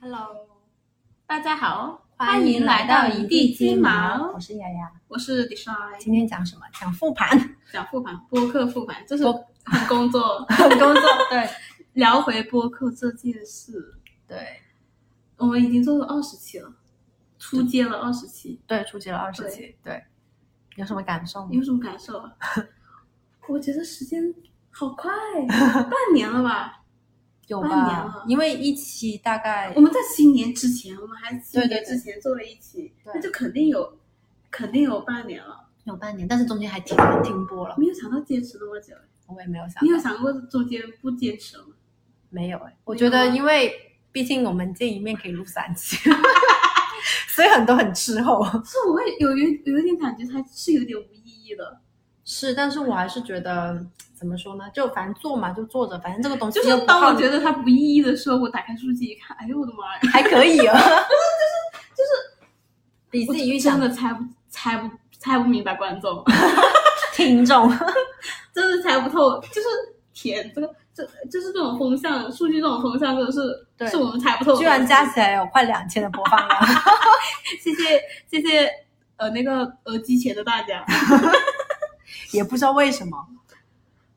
Hello，大家好，欢欢迎迎来来到到一一地地鸡鸡毛毛，我是雅雅。我是 Design，今天讲什么？讲复盘，讲复盘，播客复盘，就是播很工作 工作。对聊回播客这件事，对我们已经做了二十期了，出街了二十期，对，触及了二十期。对，有什么感受你有吗？什么感受啊？ 我觉得时间好快，半年了 吧？有半年了吧？因为一期大概我们在新年之前，我们还新对对年对之前做了一期，对那就肯定有，肯定有半年了。有半年，但是中间还停停播了。没有想到坚持那么久，我也没有想你有到，想过中间不坚持了吗？没有哎。我觉得，因为毕竟我们见一面可以录三期， 所以很多很滞后。是我会有有有一点感觉，它是有点无意义的，是，但是我还是觉得怎么说呢？就反正做嘛，就做着，反正这个东西就又不是当我靠觉得它不意义的时候，我打开数据一看，哎呦我的妈呀！还可以啊，就是就是比自己预真想的的猜不猜不猜不明白观众， 听众。真的猜不透，就是天这个这就是这种风向，数据这种风向真的对是是我们猜不透的东西。居然加起来有快两千的播放量， 谢谢谢谢呃那个耳机前的大家，也不知道为什么。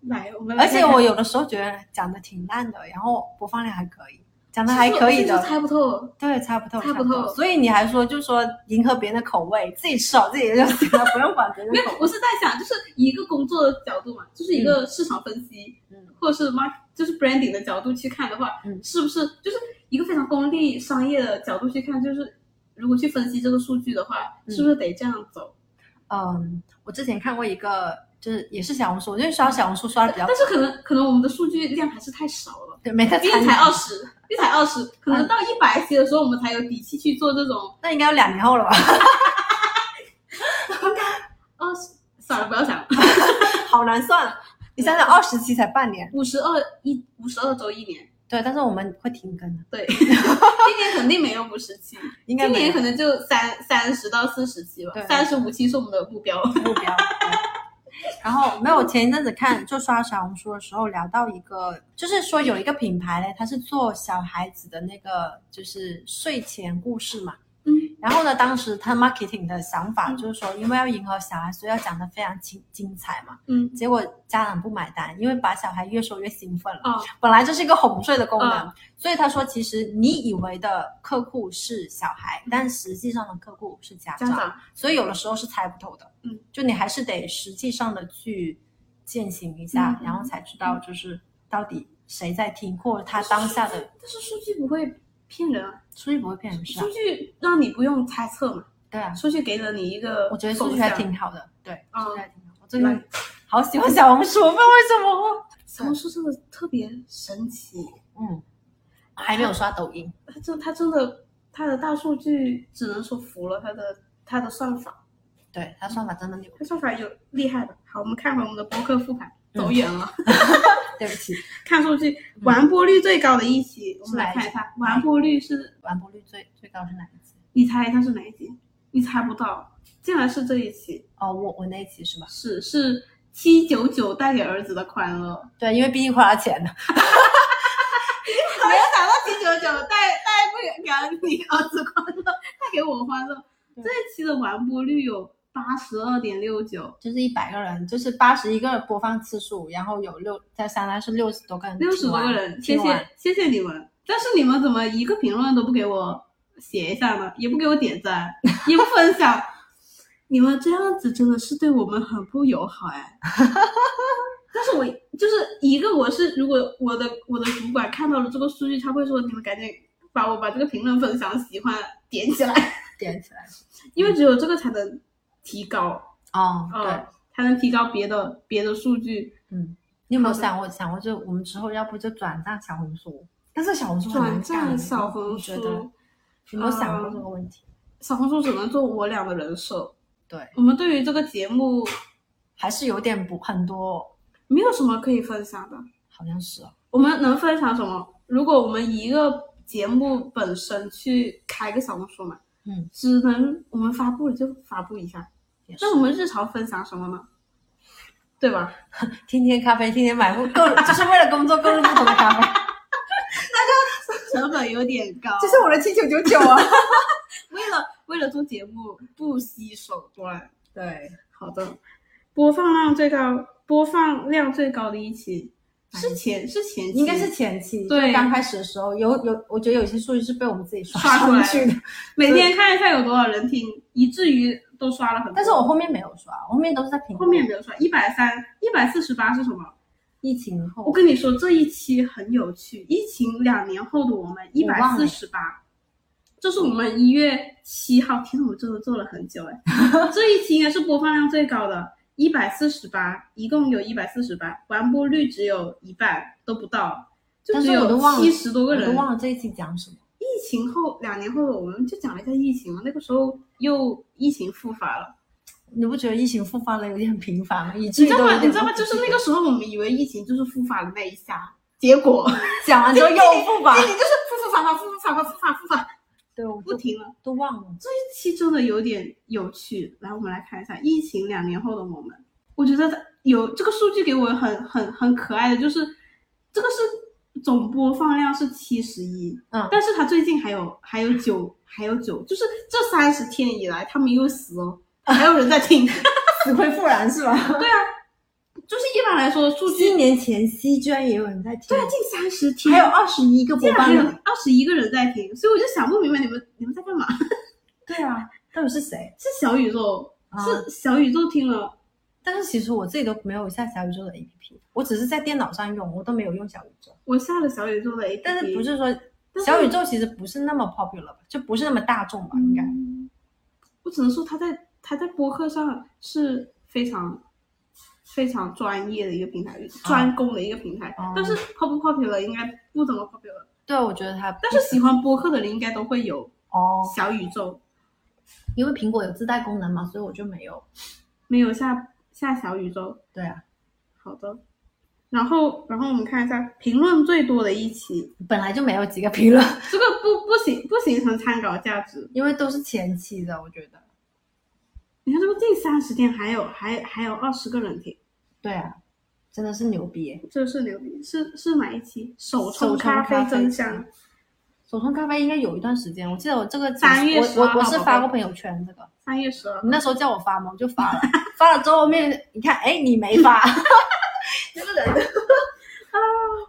来我们来而看且看我有的时候觉得讲的挺烂的，然后播放量还可以，讲的还可就以是就是的，猜不透。对，猜不透，猜不透所以你还说就说迎合别人的口味，自己吃好自己的就行了，不用管别 人没的有口，味。我是在想，就是以一个工作的角度嘛，就是一个市场分析，嗯或者是 mark 就是 branding 的角度去看的话，嗯是不是就是一个非常功利商业的角度去看，就是如果去分析这个数据的话，嗯是不是得这样走？嗯，我之前看过一个，就是也是小红书，我就刷小红书刷的比较但，是可能可能我们的数据量还是太少了，对，没得毕参竟与才二十，毕竟才二十，可能到一百期的时候，我们才有底气去做这种那应该有两年后了吧？二十。哦算了，不要想了，好难算，你想想二十期才半年，五十二一五十二周一年，对，但是我们会停更的，对， 今年肯定没有五十期，应该今没年有可能就三三十到四十期吧对，三十五期是我们的目 标。目标。对 然后没有，我前一阵子看就刷小红书的时候聊到一个，就是说有一个品牌嘞，它是做小孩子的那个就是睡前故事嘛。嗯。然后呢，当时他 marketing 的想法就是说，因为要迎合小孩，所以要讲的非常精精彩嘛。嗯，结果家长不买单，因为把小孩越说越兴奋了。哦，本来就是一个哄睡的功能，嗯所以他说，其实你以为的客户是小孩，但实际上的客户是家家长，长，所以有的时候是猜不透的。嗯，就你还是得实际上的去践行一下，嗯然后才知道就是到底谁在听，或者他当下的但是数据不会骗人啊，数据不会骗人是啊数，据让你不用猜测嘛，对啊，数据给了你一个，我觉得数据还，挺好的，对，嗯数据还挺好。我最近来 好喜欢小红书，不知道为什么，小红书真的特别神奇， 嗯，还没有刷抖音，它真它真的它的大数据只能说服了它的它的算法，对他算法真的牛， 它算法有厉害的。好，我们看回我们的播客复盘，嗯走远了， 对不起，看数据，完播率最高的一期，我们来哪一看期一下，完播率是完播率最最高是哪一期？你猜它是哪一集？你猜不到，竟然是这一期，哦，我我那一期是吧？是是七九九带给儿子的欢乐。对，因为毕竟花了钱的。没有想到七九九带带不给你儿子欢乐，带给我欢乐。这对一期的完播率有八十二点六九，就是一百个人，就是八十一个播放次数，然后有六，在相当于是六十多个人听六十多完，个人，谢听完谢谢谢你们。但是你们怎么一个评论都不给我写一下呢？也不给我点 赞，也不分享。 你们这样子真的是对我们很不友好 哎。但是我就是一个，我是如果我的我的主管看到了这个数据，他会说你们赶紧把我把这个评论分享喜欢点起 来，点起来。因为只有这个才能提高，哦，嗯、对，才能提高别的别的数据。嗯，你有没有好的想过想过，就我们之后要不就转账小红书？但是小红书很转难干战小我红觉得书，嗯有没有想过这个问题？小红书只能做我俩的人设。对，我们对于这个节目还是有点不很多，没有什么可以分享的。好像是哦我们能分享什么？如果我们以一个节目本身去开个小红书嘛，嗯，只能我们发布了就发布一下。也是那我们日常分享什么呢？对吧？ 天天咖啡，天天买入，购，就是为了工作购入不同的咖啡。所成本有点高，这是我的七九九九啊。为了为了做节目不惜手段。 对，好的，播放量最高，播放量最高的一期是前是前期，应该是前期，对就刚开始的时候有有，我觉得有些数据是被我们自己刷刷出来上去的，每天看一下有多少人听，以至于都刷了很多。但是我后面没有刷，我后面都是在评后面没有刷，一百三一百四十八是什么？疫情我后，跟你说，这一期很有趣。疫情两年后的我们，一我百忘四了十八，这是我们一月七号。天呐，我真的做了很久 哎！这一期应该是播放量最高的，一百四十八，一共有一百四十八，完播率只有一半都不到，就但只是我都有忘了七十多个我人都。忘了这一期讲什么。疫情后两年后的我们就讲了一下疫情嘛，那个时候又疫情复发了。你不觉得疫情复发的有点频繁吗？以至你知于道都有吗？点你知道吗？就是那个时候我们以为疫情就是复发的那一下，结果讲完之后又 复发，你就是复复反反复复反反复反复反对，我不都停了。都忘了。这一期真的有点有趣，来我们来看一下疫情两年后的我们。我觉得它有这个数据给我很很很可爱的，就是这个是总播放量是七十一，嗯但是它最近还有还有九还有九，就是这三十天以来他们又死哦，还有人在听。死灰复燃是吧？就是一般来说数据一年前夕居然也有人在听，对啊，近三十天还有二十一个竟播然放还有量，二十一个人在听，所以我就想不明白你们你们在 干嘛？对啊，到底是谁？是小宇宙，啊是小宇宙听了，但是其实我自己都没有下小宇宙的 APP，我只是在电脑上用，我都没有用小宇宙。我下了小宇宙的 APP，但是不是说但是小宇宙其实不是那么 popular 吧，就不是那么大众吧？应该嗯我只能说他在他在播客上是非常非常专业的一个平台，专攻的一个平台，啊哦但是 pop 不 popular 应该不怎么 popular，对，啊我觉得它但是喜欢播客的人应该都会有哦，小宇宙，因为苹果有自带功能嘛，所以我就没有。没有下下小宇宙。对啊，好的，然后然后我们看一下评论最多的一期，本来就没有几个评论， 这个不不形不形成参考价值。因为都是前期的，我觉得。你看这个近三十天还有还还有二十个人听，对啊，真的是牛逼耶！这是牛逼，是是哪一期？手手冲冲咖咖啡嗯啡真机香。手冲咖啡应该有一段时间，我记得我这个三月我12我我是号宝发贝过朋友圈这个，三月十二，你那时候叫我发吗？我就发了，发了之后后面你看，哎，你没发， 这个人啊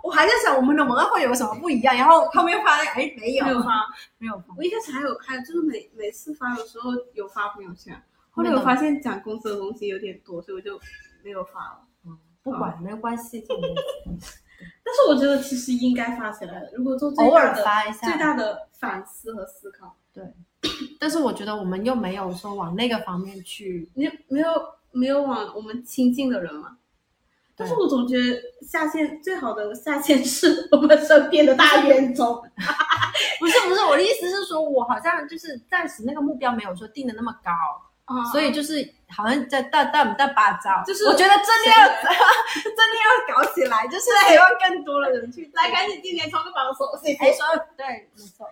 我还在想我们的文案会有什么不一样，然后后面发现哎没有没有发。没有发，我一开始还有还有就是每每次发的时候有发朋友圈，后没来有我发现讲公司的东西有点多，所以我就没有发了。不管没有关系，这种东西但是我觉得其实应该发起来的，如果做最偶大尔的发一下最大的反思和思考，但是我觉得我们又没有说往那个方面去，你没有没有往我们亲近的人嘛。但是对我总觉得下线最好的下线是我们身边的大冤种。不是不是，我的意思是说，我好像就是暂时那个目标没有说定的那么高，啊所以就是好像在大大大八招，就是我觉得真的要 真的要搞起来，就是希望更多的人去来，赶紧今年冲个榜首，谢谢。哎，说对，没错，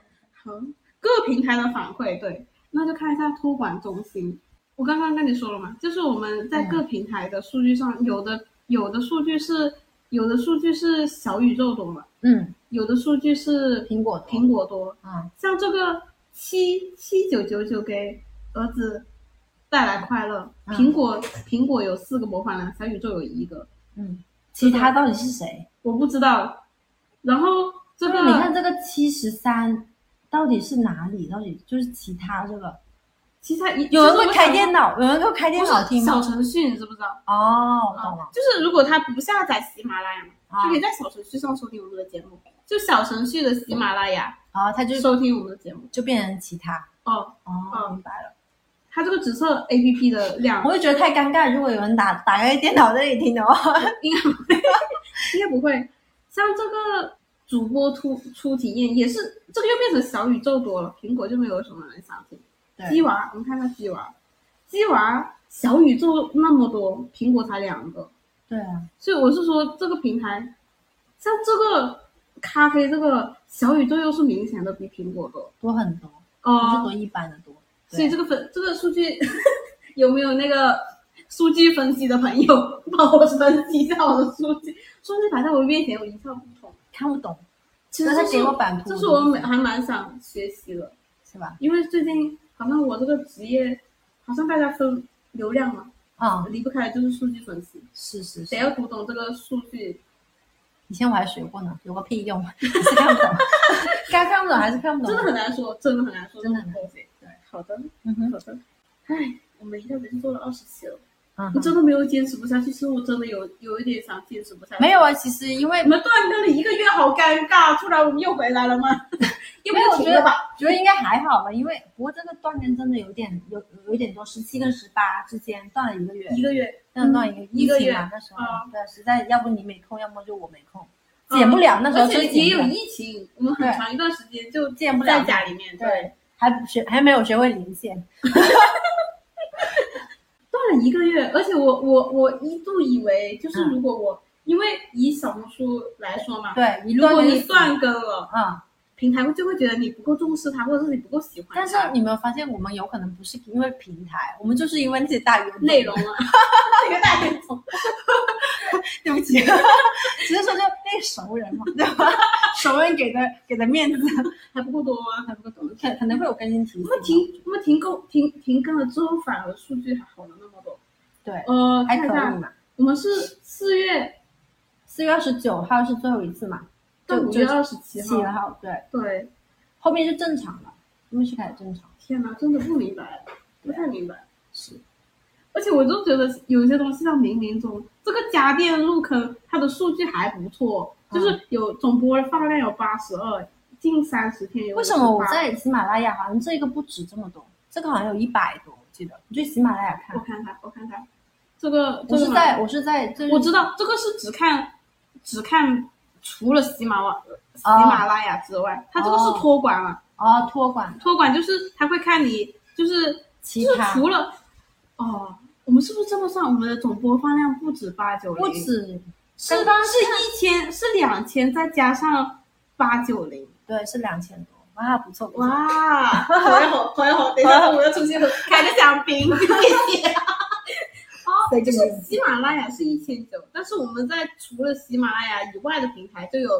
好，各平台的反馈，对，那就看一下托管中心。我刚刚跟你说了嘛，就是我们在各平台的数据上，有的有的数据是有的数据是小宇宙多嘛，嗯，有的数据是苹果苹果多。啊，像这个七七九九九给儿子带来快乐，嗯苹果苹果有四个播放量，小宇宙有一个，嗯，其他到底是谁？我不知道。然后这这个嗯个你看这个七十三到底是哪里？到底就是其他这个，其他一有人会就是我开想电脑，有人会开电不是脑听小吗？程序，你知不知道？哦，我懂啊了，就是如果他不下载喜马拉雅嘛，啊就可以在小程序上收听我们的节目，就小程序的喜马拉雅啊，他就收听我们的节目。就变成其他，哦，哦，嗯明白了。它这个只测 A P P 的量我会觉得太尴尬，如果有人打打开电脑在那里听的话，应该不会，应该不会。像这个主播初初体验也是，这个又变成小宇宙多了，苹果就没有什么人想听。 鸡对，娃，我们看看鸡娃，鸡娃小宇宙那么多，苹果才两个。对啊。所以我是说，这个平台，像这个咖啡，这个小宇宙又是明显的比苹果多多很多，不是哦、多一般的多。所以这个分这个数据 有没有那个数据分析的朋友 帮我分析一下我的数据？数据摆在我面前，我一窍不通。看不懂，其那实它这给是我版图这的是我部蛮分还蛮想学习的，是吧？因为最近好像我这个职业，好像大家分流量嘛，啊、离不开就是数据分析，是是谁是。要读懂这个数据，以前我还学过呢，有个屁用， 还是看不懂，该看不懂还是看不懂。真的很难说，真的很难说这真的种很难东西。对，好的，嗯哼，好的。唉，我们一下子就做了二十期了，嗯我哼，真的没有坚持不下去，其实我真的有有一点想坚持不下去。没有啊，其实因为哎我们断更了一个月，好尴尬。突然我们又回来了 吗？又没有停了吧？觉得应该还好吧，因为不过这个断更真的有点有有一点多，十七跟十八之间断了一个月，一个月，断了断一个嗯一个疫情月嘛那时候嗯，对，实在要不你没空，要么就我没空，嗯减不了那时候而就且也有减不了疫情，我们很对长一段时间就见不了在面家里面。对，还不学还没有学会连线，断了一个月，而且我我我一度以为，就是嗯如果我、因为以小红书来说嘛，对，一如断果就你死断更了，啊。平台就会觉得你不够重视它，或者是你不够喜欢它。但是你有没有发现，我们有可能不是因为平台，我们就是因为那些大原内容啊， 这个大变种，对不起， 只是说就那个熟人嘛，对吧？ 熟人给的给的面子还不够多吗？还不够懂，可可能会有更新提我醒。们停，我们停更停停更了之后，反而数据还好了那么多。对，呃，还看可一下以嘛。我们是四月四月二十九号是最后一次嘛，到就五月就二十七七号。号，对，对，后面就正常了，后面是开始正常。天哪，真的不明白，不太明白。是，而且我就觉得有一些东西像冥冥中，这个家电入坑，它的数据还不错，嗯就是有总播放量有八十二，近三十天有58。为什么我在喜马拉雅好像这个不止这么多，这个好像有一百多，我记得。你去喜马拉雅我看，看看，我看看，这个我这是个在我是在最我知道这个是只看只看除了喜马拉喜马拉雅之外，它这个是哦托管了，哦托管托管就是它会看你就是其就是他除了哦，我们是不是这么算？我们的总播放量不止八九零，不止是刚刚是一千，是两千，再加上八九零。对是两千多，哇不错不错。哇， 好呀好，好呀好，等一下我要出去了， 开个香 槟。哦对就就是喜马拉雅是一千九，但是我们在除了喜马拉雅以外的平台就有，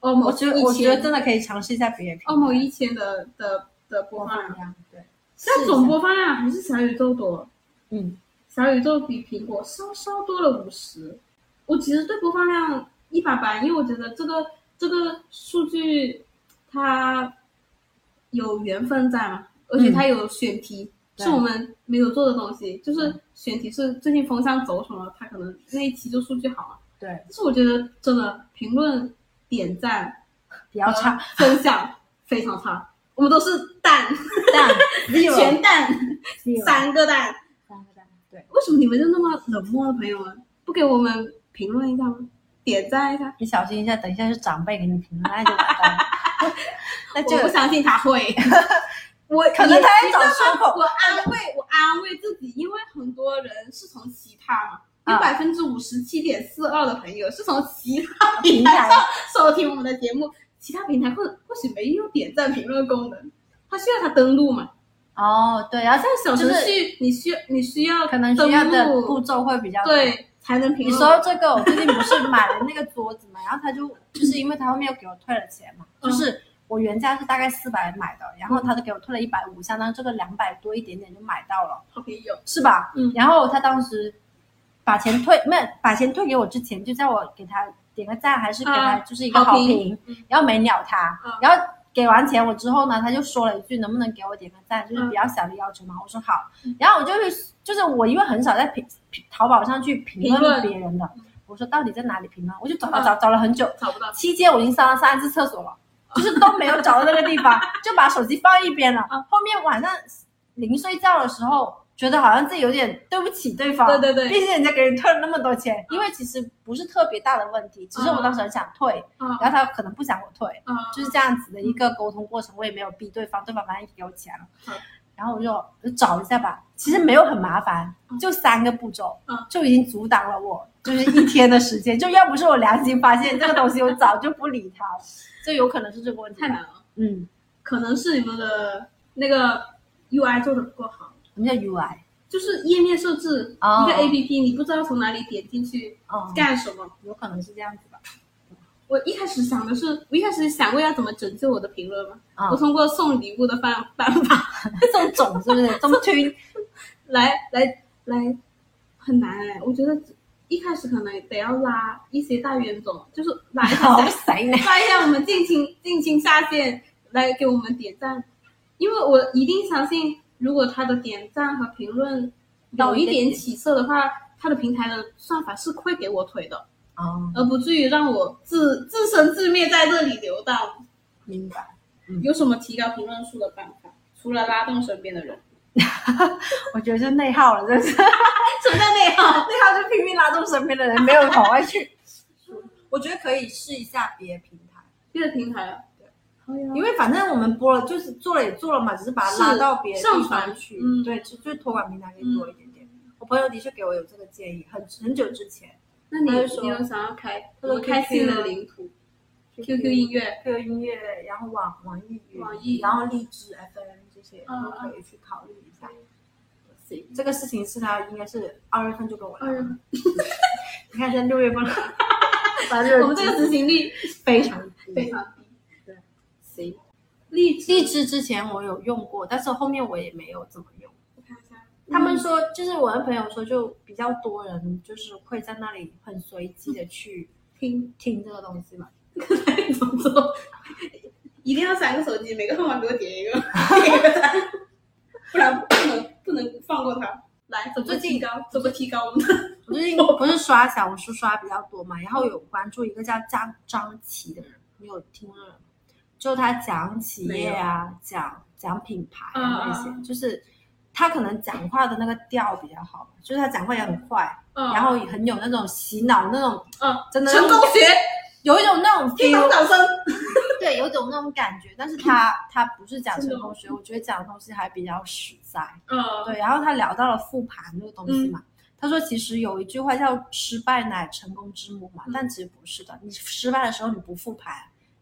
哦，某我觉得我觉得真的，的可以尝试一下别的哦，某一千的的的播播放放量，量，对，但总播放量还是小宇宙多，嗯，小宇宙比苹果稍稍多了五十。我其实对播放量一般般，因为我觉得这个这个数据它有缘分在嘛，而且它有选题，对是我们没有做的东西，就是选题是最近风向走什么，它可能那一期就数据好了。对，但是我觉得真的评论、点赞、比较差，分享非常差，我们都是蛋，但 zero 全蛋，三个蛋。三个蛋，对，为什么你们就那么冷漠的朋友们，不给我们评论一下吗？点赞一下？你小心一下，等一下是长辈给你评论，那就完 蛋了，那就我不相信他会。我 可能你他在你知道吗找出口我安慰我安慰自己，因为很多人是从其他嘛，有啊百分之五十七点四二的朋友是从其他平平台台上收听我们的节目，其他平台或或许没有点赞评论功能，他需要他登录嘛？哦，对，然后在小程就是序你需要你需要可能需要的登步录骤会比较多。对才能评你论。说到这个，我最近不是买了那个桌子嘛，然后他就就是因为他后面又给我退了钱嘛，嗯就是我原价是大概四百买的，然后他就给我退了一百五，相当于这个两百多一点点就买到了，好朋友，是吧？嗯然后他当时把钱退，没有把钱退给我之前，就叫我给他点个赞，还是给他啊就是一个好好评评，嗯然后没鸟他，嗯然后。给完钱我之后呢，他就说了一句能不能给我点个赞，就是嗯比较小的要求嘛。我说好嗯，然后我就是就是我因为很少在评评淘宝上去评评论论别人的，我说到底在哪里评论？我就找找嗯找找了很久，找不到。期间我已经上了三次厕所了，嗯就是都没有找到那个地 方，就把手机放一边了。后面晚上临睡觉的时候，觉得好像自己有点对不起对方，对对对毕竟人家给你退了那么多钱，因为其实不是特别大的问题，只是我当时很想退，啊然后他可能不想我退，啊，就是这样子的一个沟通过程，我也没有逼对方，对方反正也给我钱了嗯，然后我就我就找一下吧，其实没有很麻烦，嗯就三个步骤嗯，就已经阻挡了我就是一天的时间，就要不是我良心发现这个东西，我早就不理他了， 就有可能是这个问题太吧，难了。嗯，可能是你们的那个 UI 做的不够好，什么叫 UI？就是页面设置、哦一个 APP，你不知道从哪里点进去哦，干什么。有可能是这样子吧， 我一开始想的是，我一开始想过要怎么拯救我的评论嘛，啊我，通过送礼物的办办法 送种是不是？种 菌来来来，很难哎，我觉得一开始可能得要拉一些大冤种，就是拉一下好小谁呢？发一下我们近亲近亲下线来给我们点赞，因为我一定相信，如果他的点赞和评论有一点起色的话，他的平台的算法是会给我推的，哦，而不至于让我自自生自灭在这里游荡。明白。有什么提高评论数的办法？除了拉动身边的人，我觉得就内耗了，真是存在内耗。内啊耗，就拼命拉动身边的人，没有往外去。 我觉得可以试一下别的平台，别的平台啊，因为反正我们播了，就是做了也做了嘛，只是把它拉是到别的地上方传去。嗯对，就就托管平台可以多一点点。我朋友的确给我有这个建议，很很久之前。那你他就说你有想要开他说我开 QQ 新的领土，QQ 音乐，乐、音乐，然后网网易云网易然后荔枝 FM 这些嗯都可以去考虑一下。行，这个事情是他应该是二月份就跟我聊二月了份，你看现在六月份了， 反哎我们这个执行力非常低非常低。对，行，荔荔枝之前我有用过，但是后面我也没有怎么用。我看一下，他们说，就是我的朋友说，就比较多人就是会在那里很随机的去听听这个东西嘛。 怎么做，一定要三个手机，每个号码给我点一个，点一个赞， 不然不能不能放过他。来，怎么提高？怎么提高我们的？ 我最近不是刷小红书刷比较多嘛，然后有关注一个叫张张琪的人，你有听过这个人吗？就他讲企业啊，讲讲品牌啊那些，嗯就是他可能讲话的那个调比较好，就是他讲话也很快，嗯然后也很有那种洗脑那种，嗯，真的成功学，有一种那种听懂 feel，掌声。对，有一种那种感觉。但是 他他不是讲真的成功学，我觉得讲的东西还比较实在。嗯，对，然后他聊到了复盘这个东西嘛，他说其实有一句话叫“失败乃成功之母”嘛，嗯但其实不是的。你失败的时候你不复盘，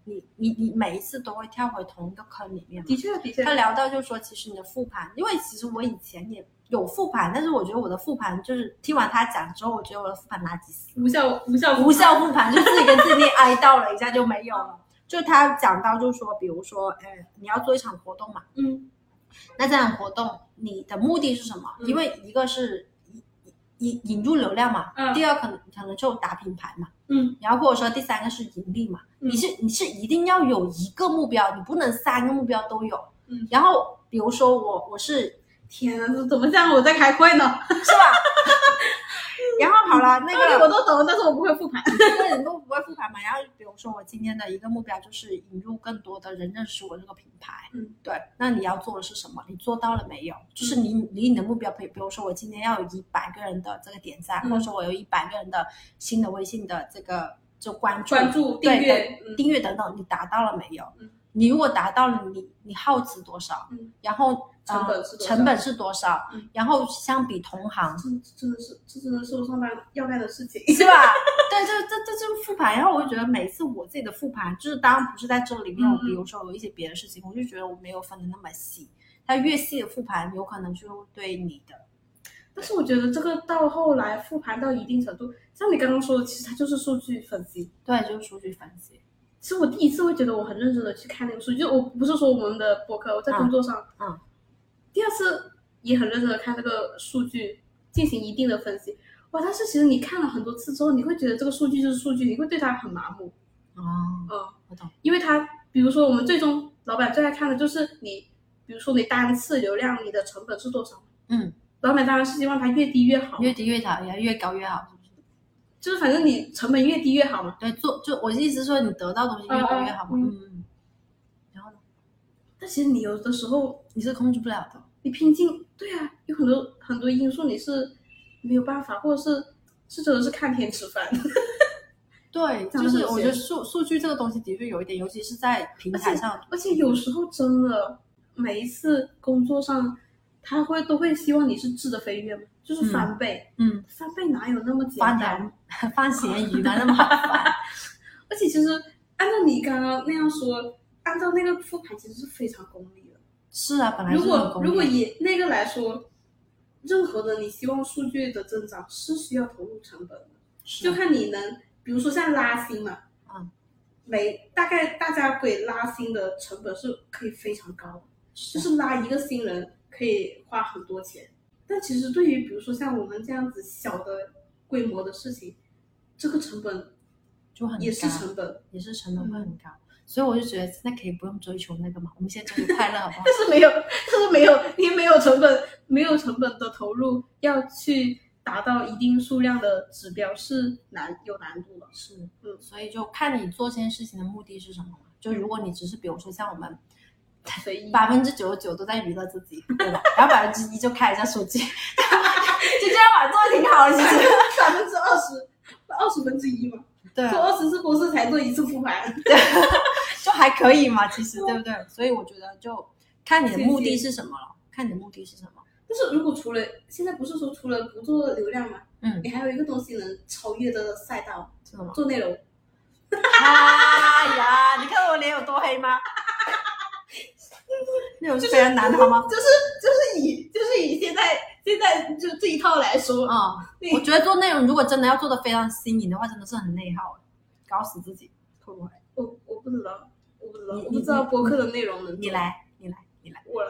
你你你每一次都会跳回同一个坑里面嘛的。确的确他，聊到就说，其实你的复盘，因为其实我以前也有复盘，但是我觉得我的复盘就是听完他讲之后，我觉得我的复盘垃圾死了。无效无效无效复盘，就自己跟自己哀悼了一下就没有了。就他讲到，就说，比如说，呃，你要做一场活动嘛，嗯，那这场活动你的目的是什么？嗯因为一个是引引引入流量嘛，嗯第二可能可能就打品牌嘛，嗯，然后或者说第三个是盈利嘛。嗯你是你是一定要有一个目标，你不能三个目标都有。嗯，然后比如说我我是天啊，这怎么这样？我在开会呢，是吧？然后好了，那道个理我都懂，但是我不会复盘。对，你都不会复盘嘛。然后比如说我今天的一个目标就是引入更多的人认识我这个品牌，嗯，对。那你要做的是什么？你做到了没有？就是你离你的目标，比比如说我今天要有一百个人的这个点赞，嗯或者说我有一百个人的新的微信的这个就关注、关注订对阅等嗯订阅等等，你达到了没有？嗯你如果达到了，你你耗资多少？嗯然后成本呃是多少成本是多少？嗯然后相比同行，真真的是，这真的是我上班要干的事情。 是吧？对，这这这就是复盘。然后我就觉得每次我自己的复盘，就是当然不是在这里面，嗯嗯比如说有一些别的事情，我就觉得我没有分的那么细。但越细的复盘，有可能就对你的但是我觉得这个到后来复盘到一定程度，像你刚刚说的，其实它就是数据分析。对就是数据分析。其实我第一次会觉得我很认真的去看那个数据，就我不是说我们的博客，我在工作上，嗯嗯第二次也很认真的看这个数据，进行一定的分析。哇，但是其实你看了很多次之后，你会觉得这个数据就是数据，你会对它很麻木。哦，嗯，我懂。因为它，比如说我们最终老板最爱看的就是你，比如说你单次流量你的成本是多少，嗯，老板当然是希望它越低越好，越低越好，越越高越好，是不是？就是反正你成本越低越好嘛。对，做就我的意思是说，你得到的东西越多越好嘛。嗯嗯嗯。然后呢？但其实你有的时候你是控制不了的。你拼尽，对啊，有很多很多因素你是没有办法，或者是是真的是看天吃饭。 对，讲就得是很我觉得玄数数据这个东西的确有一点，尤其是在平台上，而且有时候真的每一次工作上，他会都会希望你是质的飞跃嘛，就是翻倍，嗯，翻倍哪有那么简翻单？羊 翻咸鱼哪那么好翻？ 而且其实按照你刚刚那样说，按照那个复盘其实是非常功利的。是啊，本来如就很果功利如果以那个来说，任何的你希望数据的增长是需要投入成本的。是就看你能，比如说像拉新嘛，嗯，每大概大家给拉新的成本是可以非常高的，就是拉一个新人可以花很多钱。但其实对于比如说像我们这样子小的规模的事情，这个成本就很也是高成本，也是成本会很高，所以我就觉得那可以不用追求那个嘛，我们先追求快乐好不好？ 但是没有，但是没有，你没有成本，没有成本的投入，要去达到一定数量的指标是难有难度的。是，嗯所以就看你做这件事情的目的是什么嘛。就如果你只是比如说像我们随意百分之九十九都在娱乐自己，对吧？然后百分之一就看一下手机， 就这样吧，做的挺好的，其实。百分之 二十，二十分之一嘛，对啊做二十次博士才做一次复盘。就还可以嘛，其实对不对？所以我觉得就看你的目的是什么了，看你的目的是什么。但是如果除了现在不是说除了不做流量嘛，嗯，你还有一个东西能超越的赛道，是的吗？做内嗯容。哎呀，你看我脸有多黑吗？ 那有非常难好吗？就是就是以就是以现在现在就这一套来说，啊、那我觉得做内容如果真的要做的非常新颖的话，真的是很内耗，搞死自己。会不会？我我不知道，我不知道，你我不知道你播客的内容能做你来，你来，你来。 我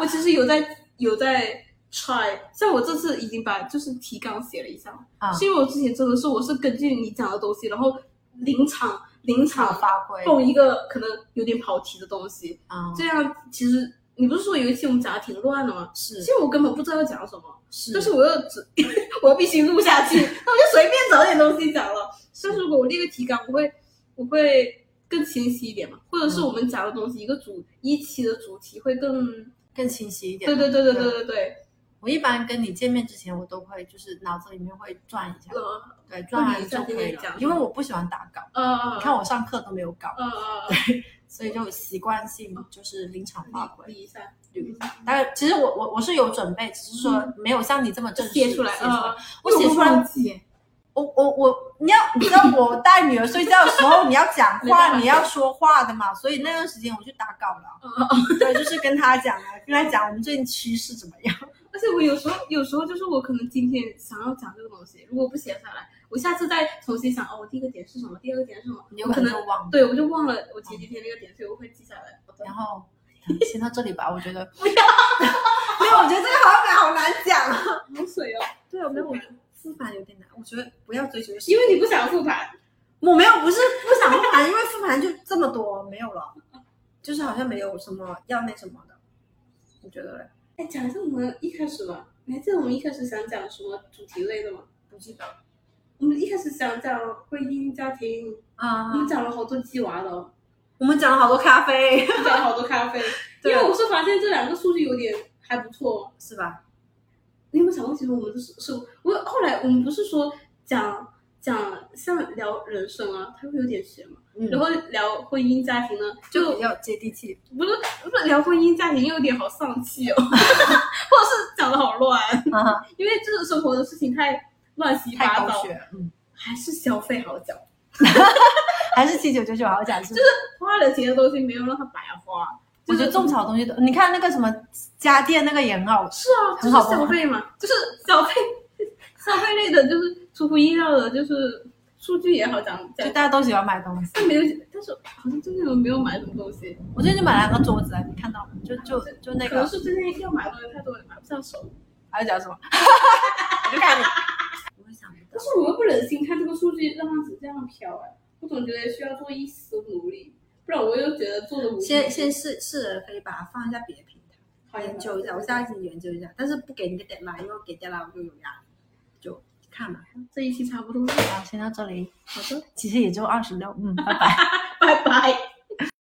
我其实有在有在 try，像我这次已经把就是提纲写了一下，啊是因为我之前真的是我是根据你讲的东西，然后临场临好场发挥蹦一个可能有点跑题的东西，啊、这样其实你不是说有一期我们讲的挺乱的吗？是其实我根本不知道要讲什么，是，但是我又只 我必须录 下去，那我就随便找点东西讲了。但是如果我列个提纲，我会我会更清晰一点嘛，或者嗯是我们讲的东西，一个主一期的主题会更更清晰一点。对对对对对对对，我一般跟你见面之前，我都会就是脑子里面会转一下，呃对，转理完一下就今可以天讲了，什因为么我不喜欢打稿。呃，你看我上课都没有稿，呃呃所以就习惯性嗯就是临场发呃，挥。理一下，当然，其实我我我是有准备，只是说没有像你这么正式写嗯出来，写出来呃，我写出来忘记，我我我，你要你知道我带女儿睡觉的时候，你要 讲没办法话，你要说话的嘛，所以那段时间我去打稿了，嗯嗯对，就是跟她讲啊，跟她讲我们最近趋势怎么样，而且我有时候，有时候就是我可能今天想要讲这个东西，如果不写下来，我下次再重新想，哦，我第一个点是什么，第二个点是什么，有我可可能能就忘了。 对我就忘了我前几天那个点，所以我会记下来。好的然后先到这里吧，我觉得不要，没有，我觉得这个好感好难讲啊。好水哦，对，啊我没有复盘有点难，我觉得不要追求因为你不想复盘，我没有，不是不想复盘，因为复盘就这么多，没有了，就是好像没有什么要那什么的，你觉得嘞？哎，讲一下我们一开始吧，你还记得我们一开始想讲什么主题类的吗？不记得我们一开始想讲婚姻家庭，我啊们讲了好多鸡娃的、哦，我们讲了好多咖啡，讲 了好多咖啡，因对为我是发现这两个数据有点还不错、哦。是吧？你有没有想过，其实我们就是是我后来我们不是说讲讲像聊人生啊，它会有点悬嘛，嗯然后聊婚姻家庭呢，就比较接地气。不是不是聊婚姻家庭又有点好丧气哦， 或者是讲的好乱，啊，因为这个生活的事情太乱七八糟，了，嗯，还是消费好讲，还是七九九九好讲，就是花了钱的东西没有让它白花，我就觉是得种草东西的，你看那个什么家电那个也很好吃，是啊，就是很好消费嘛，就是消费 消费类的，就是出乎意料的，就是数据也好讲就讲大家都喜欢买东西。但没有，但是好像最近我没有买什么东西，我最近就买了两个桌子，啊你看到吗？就就就那可能个，是最近要买的东西太多，也买不上手。还要讲什么？ 我就看你，我会想不但到。是我又不忍心看这个数据让它只这样飘哎，我总觉得需要做一丝努力，不然我又觉得做的无力。先先试试了，可以把它放一下别的平台。好研究一下，我下一次研究一下，但是不给你个 deadline，因为给 deadline 我就有压力，就看吧。这一期差不多了，好，先到这里，好的，其实也就二十六，嗯，拜拜拜。拜。